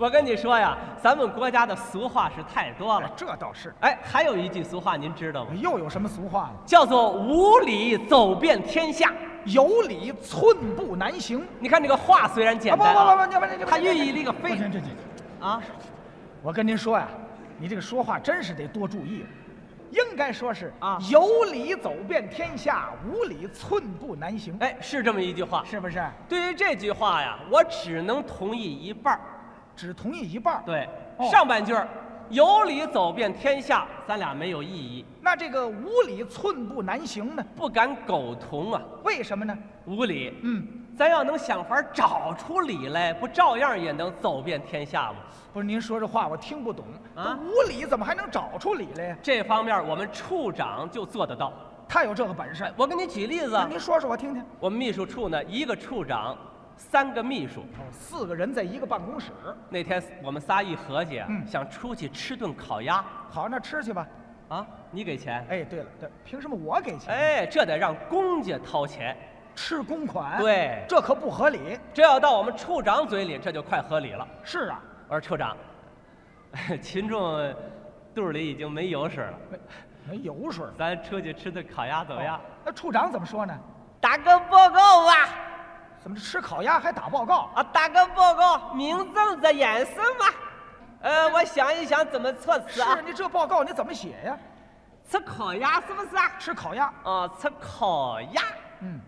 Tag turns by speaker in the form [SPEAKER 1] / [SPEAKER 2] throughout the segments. [SPEAKER 1] 我跟你说呀，咱们国家的俗话是太多了。
[SPEAKER 2] 这倒是。
[SPEAKER 1] 哎，还有一句俗话您知道吗？
[SPEAKER 2] 又有什么俗话了？
[SPEAKER 1] 叫做“无理走遍天下
[SPEAKER 2] 有理寸步难行。”。
[SPEAKER 1] 你看这个话虽然简单
[SPEAKER 2] 啊不不不
[SPEAKER 1] 啊
[SPEAKER 2] 不，你们你，们
[SPEAKER 1] 它寓意了一个非
[SPEAKER 2] 这这这，
[SPEAKER 1] 啊，
[SPEAKER 2] 我跟您说呀，你这个说话真是得多注意了。应该说是
[SPEAKER 1] 啊
[SPEAKER 2] 有理走遍天下，无理寸步难行。
[SPEAKER 1] 哎，是这么一句话。
[SPEAKER 2] 是不是？
[SPEAKER 1] 对于这句话呀，我只能同意一半儿。
[SPEAKER 2] 只同意一半儿。
[SPEAKER 1] 对，
[SPEAKER 2] 哦
[SPEAKER 1] 上半句儿“有理走遍天下”，咱俩没有异议，
[SPEAKER 2] 那这个无理寸步难行呢？
[SPEAKER 1] 不敢苟同啊，
[SPEAKER 2] 为什么呢？
[SPEAKER 1] 无理。
[SPEAKER 2] 嗯，
[SPEAKER 1] 咱要能想法找出理来，不照样也能走遍天下吗？
[SPEAKER 2] 不是您说这话我听不懂，
[SPEAKER 1] 啊
[SPEAKER 2] 这无理怎么还能找出理来呀？
[SPEAKER 1] 这方面我们处长就做得到。
[SPEAKER 2] 他有这个本事。
[SPEAKER 1] 我给你举例子
[SPEAKER 2] 那，您说说我听听。哦
[SPEAKER 1] 我们秘书处呢，一个处长，三个秘书。
[SPEAKER 2] 哦，四个人在一个办公室，
[SPEAKER 1] 那天我们仨一合计啊，
[SPEAKER 2] 嗯
[SPEAKER 1] 想出去吃顿烤鸭，
[SPEAKER 2] 好，那吃去吧。
[SPEAKER 1] 啊，你给钱？
[SPEAKER 2] 哎，对了，对，凭什么我给钱？
[SPEAKER 1] 哎，这得让公家掏钱。
[SPEAKER 2] 吃公款，
[SPEAKER 1] 对
[SPEAKER 2] 这可不合理。
[SPEAKER 1] 这要到我们处长嘴里，这就快合理了。
[SPEAKER 2] 是啊，
[SPEAKER 1] 我说处长， 群众肚里已经没油水了，
[SPEAKER 2] 没没油水儿。哦
[SPEAKER 1] 咱出去吃顿烤鸭怎么样？
[SPEAKER 2] 那处长怎么说呢？
[SPEAKER 1] 哦打个报告吧，
[SPEAKER 2] 怎么这吃烤鸭还打报告？
[SPEAKER 1] 啊，打个报告，民众的眼神吧。呃，我想一想怎么措辞啊
[SPEAKER 2] 是。你这报告你怎么写呀？
[SPEAKER 1] 吃烤鸭是不是啊？
[SPEAKER 2] 吃烤鸭，
[SPEAKER 1] 啊，吃烤鸭，
[SPEAKER 2] 嗯，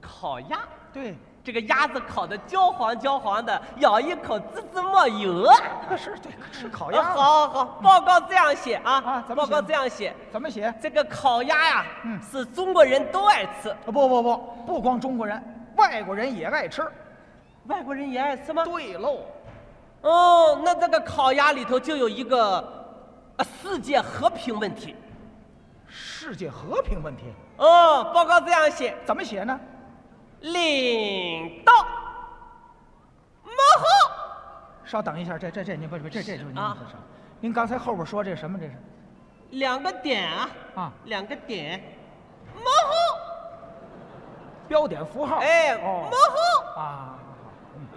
[SPEAKER 1] 烤鸭，
[SPEAKER 2] 对，
[SPEAKER 1] 这个鸭子烤的焦黄焦黄的，咬一口滋滋冒油啊。
[SPEAKER 2] 啊是对，吃烤
[SPEAKER 1] 啊
[SPEAKER 2] 鸭。，
[SPEAKER 1] 好好好，报告这样写啊，
[SPEAKER 2] 啊怎
[SPEAKER 1] 报
[SPEAKER 2] 么
[SPEAKER 1] 告
[SPEAKER 2] 写
[SPEAKER 1] 这样写，
[SPEAKER 2] 怎么写？啊
[SPEAKER 1] 这个烤鸭呀、
[SPEAKER 2] 嗯
[SPEAKER 1] 是中国人都爱吃，
[SPEAKER 2] 不不不，不光中国人，外国人也爱吃。
[SPEAKER 1] 外国人也爱吃吗？
[SPEAKER 2] 对喽，
[SPEAKER 1] 哦，那这个烤鸭里头就有一个呃世界和平问题。
[SPEAKER 2] 世界和平问题
[SPEAKER 1] 哦，报告这样写，
[SPEAKER 2] 怎么写呢？
[SPEAKER 1] 领导幕
[SPEAKER 2] 稍等一下，这这这您不不这这这您
[SPEAKER 1] 啊
[SPEAKER 2] 不是您刚才后边说这什么？这是
[SPEAKER 1] 后两个点啊，
[SPEAKER 2] 啊，
[SPEAKER 1] 两个点，模糊，
[SPEAKER 2] 标点符号。
[SPEAKER 1] 哎，模
[SPEAKER 2] 哦
[SPEAKER 1] 糊。
[SPEAKER 2] 啊，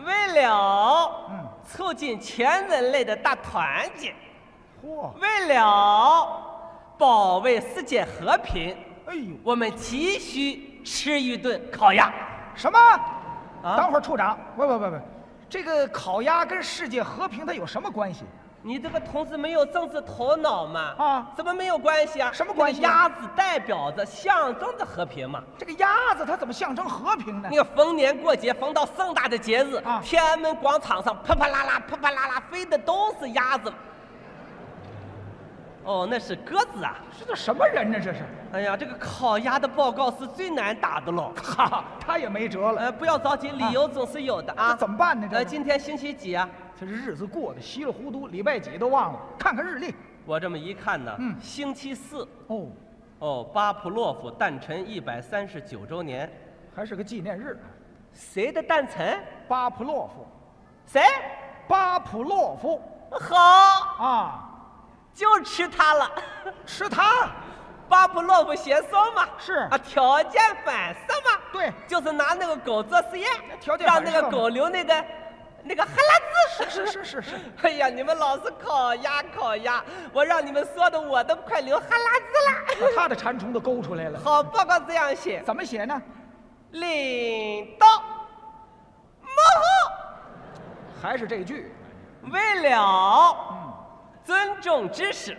[SPEAKER 1] 为了
[SPEAKER 2] 嗯
[SPEAKER 1] 促进全人类的大团结，
[SPEAKER 2] 嚯，
[SPEAKER 1] 为了保卫世界和平，
[SPEAKER 2] 哎呦，
[SPEAKER 1] 我们急需吃一顿烤鸭。
[SPEAKER 2] 什么？
[SPEAKER 1] 啊
[SPEAKER 2] 等会儿处长，不不不不，这个烤鸭跟世界和平它有什么关系？
[SPEAKER 1] 你这个同志没有政治头脑嘛？
[SPEAKER 2] 啊
[SPEAKER 1] 怎么没有关系啊？
[SPEAKER 2] 什么关系
[SPEAKER 1] 那个鸭子代表着象征着和平嘛。
[SPEAKER 2] 这个鸭子它怎么象征和平呢
[SPEAKER 1] 那？个逢年过节，逢到盛大的节日，
[SPEAKER 2] 啊
[SPEAKER 1] 天安门广场上啪啪啦啦、啪啪啦啦飞的都是鸭子。哦，那是鸽子啊！
[SPEAKER 2] 这都什么人呢？这是，
[SPEAKER 1] 哎呀，这个烤鸭的报告是最难打的 喽。
[SPEAKER 2] 哈哈，他也没辙了。
[SPEAKER 1] 呃，不要着急，理由总是有的啊。
[SPEAKER 2] 这怎么办呢？这
[SPEAKER 1] 呃，
[SPEAKER 2] 是
[SPEAKER 1] 今天星期几啊？
[SPEAKER 2] 这日子过得稀里糊涂，礼拜几都忘了。看看日历，
[SPEAKER 1] 我这么一看呢，
[SPEAKER 2] 嗯
[SPEAKER 1] 星期四，
[SPEAKER 2] 哦，
[SPEAKER 1] 哦，巴甫洛夫诞辰一百三十九周年，
[SPEAKER 2] 还是个纪念日。
[SPEAKER 1] 谁的诞辰？
[SPEAKER 2] 巴甫洛夫，
[SPEAKER 1] 谁？
[SPEAKER 2] 巴甫洛夫
[SPEAKER 1] 好，
[SPEAKER 2] 啊，
[SPEAKER 1] 就吃它了。
[SPEAKER 2] 吃它。
[SPEAKER 1] 巴甫洛夫学说嘛，
[SPEAKER 2] 是
[SPEAKER 1] 啊，条件反射嘛，
[SPEAKER 2] 对
[SPEAKER 1] 就是拿那个狗做实验
[SPEAKER 2] 那，条件反
[SPEAKER 1] 让
[SPEAKER 2] 射嘛
[SPEAKER 1] 那个狗流那个那个哈喇子。
[SPEAKER 2] 是是是是，
[SPEAKER 1] 哎呀，你们老是烤鸭烤鸭，我让你们说的我都快流哈喇子了。
[SPEAKER 2] 把他的馋虫都勾出来了。
[SPEAKER 1] 好，报告这样写：
[SPEAKER 2] 怎么写呢？
[SPEAKER 1] 领导模
[SPEAKER 2] 还是这句。
[SPEAKER 1] 糊，为了
[SPEAKER 2] 嗯，
[SPEAKER 1] 尊重知识，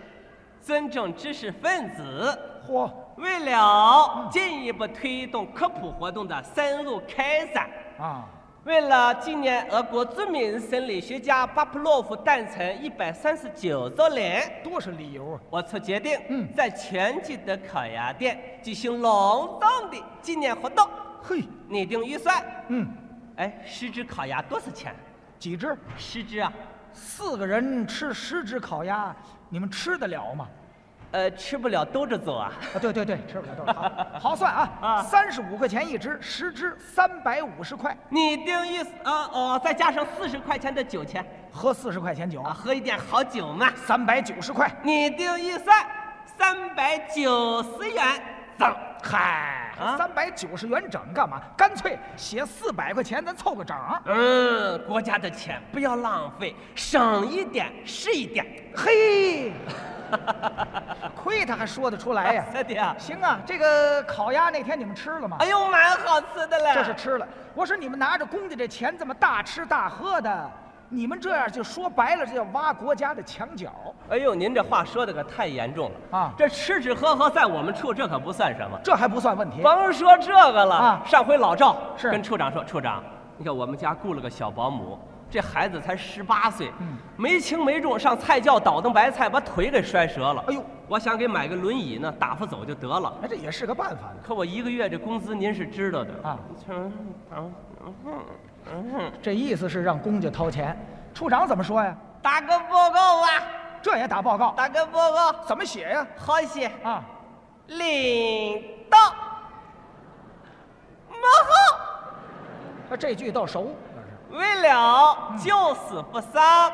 [SPEAKER 1] 尊重知识分子，
[SPEAKER 2] 嚯，
[SPEAKER 1] 为了进一步推动科普活动的深入开展，
[SPEAKER 2] 啊，
[SPEAKER 1] 为了纪念俄国著名生理学家巴甫洛夫诞辰一百三十九周年。
[SPEAKER 2] 多是理由啊！
[SPEAKER 1] 我曾决定，
[SPEAKER 2] 嗯
[SPEAKER 1] 在全聚德烤鸭店举行隆重的纪念活动，
[SPEAKER 2] 嘿，
[SPEAKER 1] 拟定预算。
[SPEAKER 2] 嗯，
[SPEAKER 1] 哎，十只烤鸭多少钱？
[SPEAKER 2] 几只？
[SPEAKER 1] 十只啊？
[SPEAKER 2] 四个人吃十只烤鸭，你们吃得了吗？
[SPEAKER 1] 呃，吃不了兜着走啊。
[SPEAKER 2] 啊，对对对，吃不了多少，好好算啊，
[SPEAKER 1] 啊
[SPEAKER 2] 三十五块钱一只，十只三百五十块，
[SPEAKER 1] 你定义啊哦，再加上四十块钱的酒钱
[SPEAKER 2] 喝四十块钱酒
[SPEAKER 1] 啊，，喝一点好酒嘛。
[SPEAKER 2] 三百九十块。
[SPEAKER 1] 你定预算三百九十元，走。
[SPEAKER 2] 嗨，
[SPEAKER 1] 啊
[SPEAKER 2] 三百九十元整干嘛？干脆写四百块钱，咱凑 个整儿。
[SPEAKER 1] 嗯，国家的钱不要浪费，省一点是一点。！
[SPEAKER 2] 嘿，亏他还说得出来哎呀
[SPEAKER 1] 三弟啊，
[SPEAKER 2] 行啊，这个烤鸭那天你们吃了吗
[SPEAKER 1] 哎？呦，蛮好吃的嘞。
[SPEAKER 2] 这是吃了。我说你们拿着公家这钱这么大吃大喝的，你们这样就说白了，这叫挖国家的墙角。
[SPEAKER 1] 哎呦，您这话说的可太严重了
[SPEAKER 2] 啊
[SPEAKER 1] 这吃吃喝喝在我们处这可不算什么，
[SPEAKER 2] 这还不算问题。
[SPEAKER 1] 甭说这个了。
[SPEAKER 2] 啊
[SPEAKER 1] 上回老赵
[SPEAKER 2] 是
[SPEAKER 1] 跟处长说，处长，你看我们家雇了个小保姆，这孩子才十八岁，
[SPEAKER 2] 嗯
[SPEAKER 1] 没轻没重上菜窖倒腾白菜，把腿给摔折了。
[SPEAKER 2] 哎呦，
[SPEAKER 1] 我想给买个轮椅呢，打发走就得了。
[SPEAKER 2] 哎，这也是个办法呢。
[SPEAKER 1] 可我一个月这工资您是知道的
[SPEAKER 2] 啊
[SPEAKER 1] 嗯嗯嗯嗯，
[SPEAKER 2] 这意思是让公家掏钱。处长怎么说呀？
[SPEAKER 1] 打个报告吧，
[SPEAKER 2] 这也打报告，
[SPEAKER 1] 打个报告，
[SPEAKER 2] 怎么写呀？
[SPEAKER 1] 好些
[SPEAKER 2] 啊，
[SPEAKER 1] 领导，幕后
[SPEAKER 2] 这句倒熟，这是
[SPEAKER 1] 为了救死扶伤，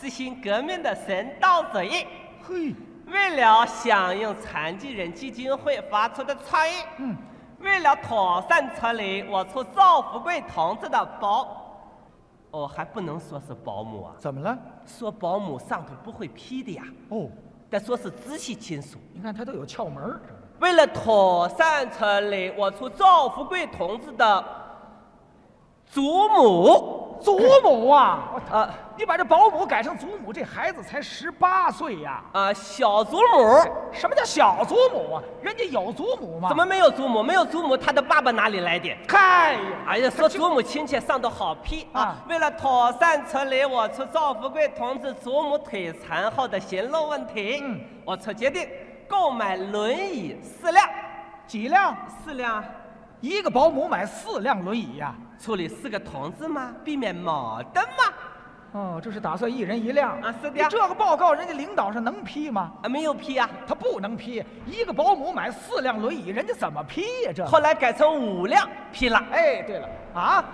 [SPEAKER 1] 实行革命的神道主义，
[SPEAKER 2] 嘿，
[SPEAKER 1] 为了响应残疾人基金会发出的倡议，
[SPEAKER 2] 嗯，
[SPEAKER 1] 为了妥善处理我处赵富贵同志的保，哦，还不能说是保姆啊，
[SPEAKER 2] 怎么了？
[SPEAKER 1] 说保姆上头不会批的呀，
[SPEAKER 2] 哦，
[SPEAKER 1] 得说是直系亲属。
[SPEAKER 2] 你看他都有窍门儿
[SPEAKER 1] 为了妥善处理我处赵富贵同志的祖母，
[SPEAKER 2] 祖母啊，我
[SPEAKER 1] 啊
[SPEAKER 2] 你把这保姆改成祖母，这孩子才十八岁呀、
[SPEAKER 1] 啊，小祖母
[SPEAKER 2] 什么叫小祖母啊？人家有祖母吗？
[SPEAKER 1] 怎么？没有祖母？没有祖母，他的爸爸哪里来的？
[SPEAKER 2] 嗨呀，
[SPEAKER 1] 哎呀，说祖母亲切上头好批啊
[SPEAKER 2] 啊！
[SPEAKER 1] 为了妥善处理我处赵富贵同志祖母腿残后的行路问题，
[SPEAKER 2] 嗯
[SPEAKER 1] 我处决定购买轮椅四辆，
[SPEAKER 2] 几辆？
[SPEAKER 1] 四辆啊
[SPEAKER 2] 一个保姆买四辆轮椅呀、
[SPEAKER 1] 处理四个同志嘛，避免矛盾嘛。
[SPEAKER 2] 哦，这是打算一人一辆
[SPEAKER 1] 啊是的
[SPEAKER 2] 你这个报告，人家领导是能批吗？
[SPEAKER 1] 啊，没有批啊。
[SPEAKER 2] 他不能批，一个保姆买四辆轮椅，人家怎么批呀、这
[SPEAKER 1] 后来改成五辆批了。
[SPEAKER 2] 哎，对了 啊，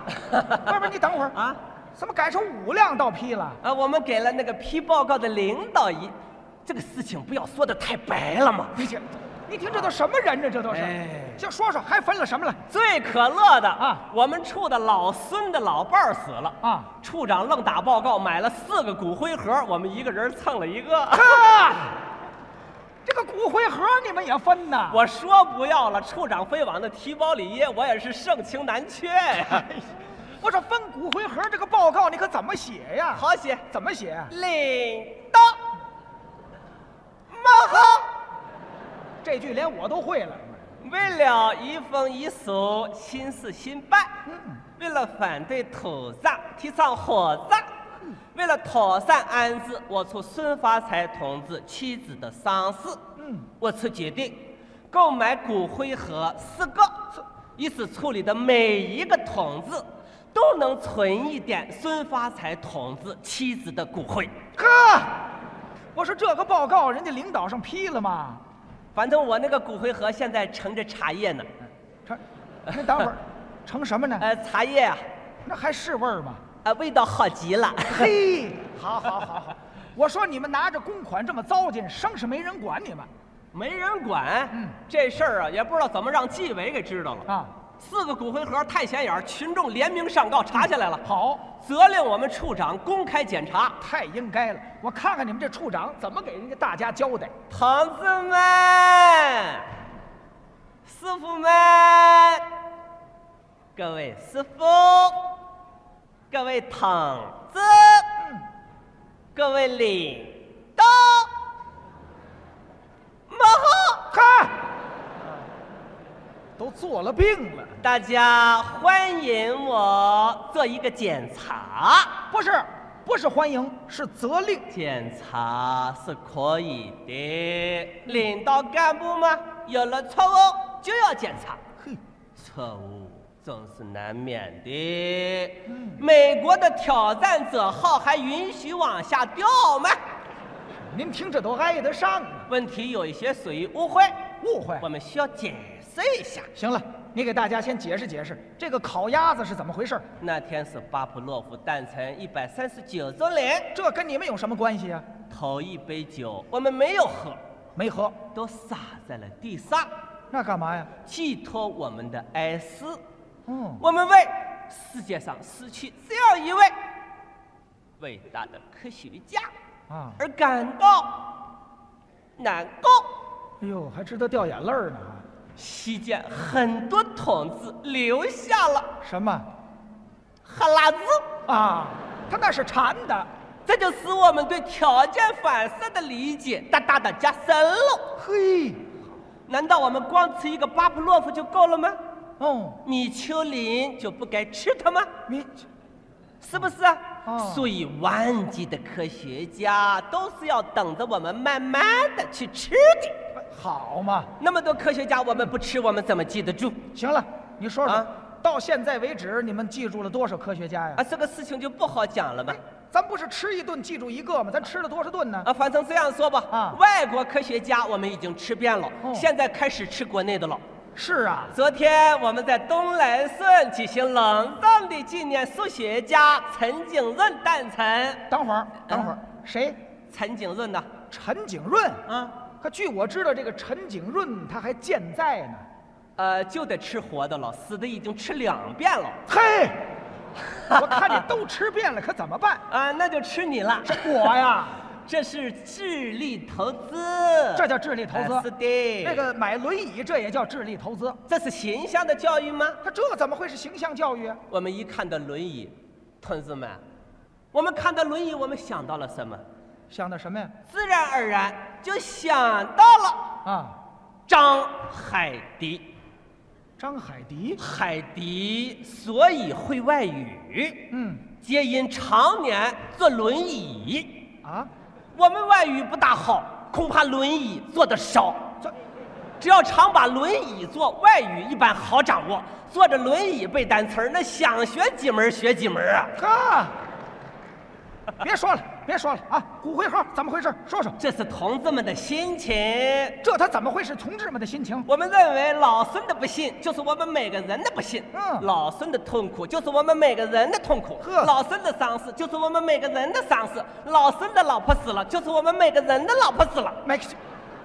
[SPEAKER 2] 不是不是，你等会儿
[SPEAKER 1] 啊，
[SPEAKER 2] 怎么改成五辆倒批了？
[SPEAKER 1] 啊，我们给了那个批报告的领导一，这个事情不要说的太白了嘛。
[SPEAKER 2] 你听，你听，这都什么人呢？这都是
[SPEAKER 1] 哎，
[SPEAKER 2] 就说说还分了什么了？
[SPEAKER 1] 最可乐的
[SPEAKER 2] 啊
[SPEAKER 1] 我们处的老孙的老伴儿死了
[SPEAKER 2] 啊
[SPEAKER 1] 处长愣打报告，买了四个骨灰盒，我们一个人蹭了一个。
[SPEAKER 2] 哈，这个骨灰盒你们也分呐？
[SPEAKER 1] 我说不要了，处长非往那提包里掖，我也是盛情难却呀。
[SPEAKER 2] 我说分骨灰盒这个报告你可怎么写呀？
[SPEAKER 1] 好写，
[SPEAKER 2] 怎么写？啊
[SPEAKER 1] 领导，马后。
[SPEAKER 2] 这句连我都会了。
[SPEAKER 1] 为了移风易俗、新事新办，
[SPEAKER 2] 嗯
[SPEAKER 1] 为了反对土葬、提倡火葬，为了妥善安置我处孙发财同志妻子的丧事，
[SPEAKER 2] 嗯
[SPEAKER 1] 我处决定购买骨灰盒四个，以此处理的每一个同志都能存一点孙发财同志妻子的骨灰。
[SPEAKER 2] 呵，我说这个报告人家领导上批了吗？
[SPEAKER 1] 反正我那个骨灰盒现在盛着茶叶呢，
[SPEAKER 2] 成，那等 会儿成什么呢？
[SPEAKER 1] 呃，茶叶啊，
[SPEAKER 2] 那还是味儿吗？
[SPEAKER 1] 呃，味道好极了。
[SPEAKER 2] 嘿，好好好好，我说你们拿着公款这么糟践，生是没人管你们
[SPEAKER 1] 没人管，
[SPEAKER 2] 嗯
[SPEAKER 1] 这事儿啊，也不知道怎么让纪委给知道了。
[SPEAKER 2] 啊！
[SPEAKER 1] 四个骨灰盒太显眼儿，群众联名上告，查下来了，
[SPEAKER 2] 好，
[SPEAKER 1] 责令我们处长公开检查。
[SPEAKER 2] 太应该了。我看看你们这处长怎么给人家大家交代。
[SPEAKER 1] 同志们、师傅们、各位师傅、各位同志、各位领导，幕后。
[SPEAKER 2] 看，啊都做了病了，
[SPEAKER 1] 大家欢迎我做一个检查，
[SPEAKER 2] 不是不是欢迎，是责令。
[SPEAKER 1] 检查是可以的。领导干部嘛，有了错误就要检查，
[SPEAKER 2] 嘿，
[SPEAKER 1] 错误总是难免的
[SPEAKER 2] 嗯。
[SPEAKER 1] 美国的挑战者号还允许往下掉吗？
[SPEAKER 2] 您听这都挨得上啊？
[SPEAKER 1] 问题有一些属于误会，
[SPEAKER 2] 误会
[SPEAKER 1] 我。们需要解释一下。
[SPEAKER 2] 行了，你给大家先解释解释这个烤鸭子是怎么回事儿，
[SPEAKER 1] 那天是巴甫洛夫诞辰一百三十九周年。
[SPEAKER 2] 这跟你们有什么关系啊？
[SPEAKER 1] 头一杯酒我们没有喝，
[SPEAKER 2] 没喝，
[SPEAKER 1] 都洒在了地上。
[SPEAKER 2] 那干嘛呀？
[SPEAKER 1] 寄托我们的哀思。
[SPEAKER 2] 嗯，
[SPEAKER 1] 我们为世界上失去这样一位伟大的科学家
[SPEAKER 2] 啊，
[SPEAKER 1] 而感到难过。
[SPEAKER 2] 哎呦，还值得掉眼泪儿呢。啊
[SPEAKER 1] 期间，很多同志留下了
[SPEAKER 2] 什么？
[SPEAKER 1] 哈喇子，
[SPEAKER 2] 啊，他那是馋的。
[SPEAKER 1] 这就使我们对条件反射的理解大大的加深了。
[SPEAKER 2] 嘿，
[SPEAKER 1] 难道我们光吃一个巴甫洛夫就够了吗？
[SPEAKER 2] 哦，
[SPEAKER 1] 米丘林就不该吃它吗？
[SPEAKER 2] 你
[SPEAKER 1] 是不是？
[SPEAKER 2] 哦
[SPEAKER 1] 所以晚级的科学家都是要等着我们慢慢的去吃的。
[SPEAKER 2] 好嘛？
[SPEAKER 1] 那么多科学家，我们不吃，我们怎么记得住？
[SPEAKER 2] 行了，你说说，
[SPEAKER 1] 啊
[SPEAKER 2] 到现在为止，你们记住了多少科学家呀？
[SPEAKER 1] 啊，这个事情就不好讲了嘛
[SPEAKER 2] 哎。咱不是吃一顿记住一个吗？咱吃了多少顿呢？
[SPEAKER 1] 啊，反正这样说吧，
[SPEAKER 2] 啊
[SPEAKER 1] 外国科学家我们已经吃遍了，
[SPEAKER 2] 哦
[SPEAKER 1] 现在开始吃国内的了。
[SPEAKER 2] 是啊，
[SPEAKER 1] 昨天我们在东来顺举行隆重的纪念数学家陈景润诞辰。
[SPEAKER 2] 等会儿，等会儿，
[SPEAKER 1] 嗯
[SPEAKER 2] 谁？
[SPEAKER 1] 陈景润呐，
[SPEAKER 2] 陈景润。
[SPEAKER 1] 啊，
[SPEAKER 2] 可据我知道，这个陈景润他还健在呢。
[SPEAKER 1] 呃，就得吃活的了，死的已经吃两遍了。
[SPEAKER 2] 嘿，我看你都吃遍了，可怎么办？
[SPEAKER 1] 啊，那就吃你了。
[SPEAKER 2] 这我 呀，
[SPEAKER 1] 这是智力投资，
[SPEAKER 2] 这叫智力投
[SPEAKER 1] 哎是
[SPEAKER 2] 资。
[SPEAKER 1] 的。
[SPEAKER 2] 那，个买轮椅，这也叫智力投资。
[SPEAKER 1] 这是形象的教育吗？
[SPEAKER 2] 他这怎么会是形象教育啊？
[SPEAKER 1] 我们一看到轮椅，同志们，我们看到轮椅，我们想到了什么？
[SPEAKER 2] 想的什么呀？
[SPEAKER 1] 自然而然就想到了
[SPEAKER 2] 啊，
[SPEAKER 1] 张海迪。
[SPEAKER 2] 张海迪。
[SPEAKER 1] 海迪所以会外语，
[SPEAKER 2] 嗯，
[SPEAKER 1] 皆因常年坐轮椅。
[SPEAKER 2] 啊，
[SPEAKER 1] 我们外语不大好，恐怕轮椅坐得少。
[SPEAKER 2] 这
[SPEAKER 1] 只要常把轮椅坐，外语一般好掌握。坐着轮椅背单词儿，那想学几门儿学几门儿啊！
[SPEAKER 2] 哈，别说了，别说了啊！骨灰盒怎么回事？说说，
[SPEAKER 1] 这是同志们的心情。
[SPEAKER 2] 这他怎么会是同志们的心情？
[SPEAKER 1] 我们认为老孙的不幸就是我们每个人的不幸，
[SPEAKER 2] 嗯
[SPEAKER 1] 老孙的痛苦就是我们每个人的痛苦，
[SPEAKER 2] 呵
[SPEAKER 1] 老孙的丧事就是我们每个人的丧事，老孙的老婆死了就是我们每个人的老婆死了。
[SPEAKER 2] 麦克，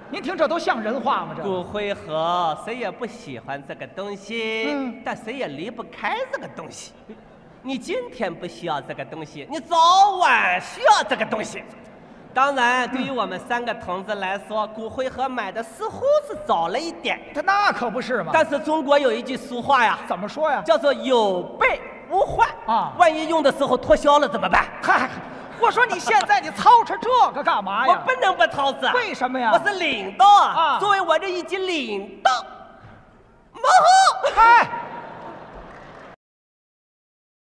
[SPEAKER 2] 您听这都像人话吗？这
[SPEAKER 1] 骨灰盒谁也不喜欢这个东西，
[SPEAKER 2] 嗯
[SPEAKER 1] 但谁也离不开这个东西。你今天不需要这个东西，你早晚需要这个东西。当然，对于我们三个同志来说，骨灰盒买的似乎是早了一点。
[SPEAKER 2] 他那可不是嘛？
[SPEAKER 1] 但是中国有一句俗话呀，
[SPEAKER 2] 怎么说呀？
[SPEAKER 1] 叫做有备无患
[SPEAKER 2] 啊
[SPEAKER 1] 万一用的时候脱销了怎么办？
[SPEAKER 2] 嗨，我说你现在你操持这个干嘛
[SPEAKER 1] 我
[SPEAKER 2] 哎呀？
[SPEAKER 1] 不能不掏子，
[SPEAKER 2] 为什么呀
[SPEAKER 1] 我是领导啊，
[SPEAKER 2] 啊
[SPEAKER 1] 作为我这一级领导，母后
[SPEAKER 2] 嗨，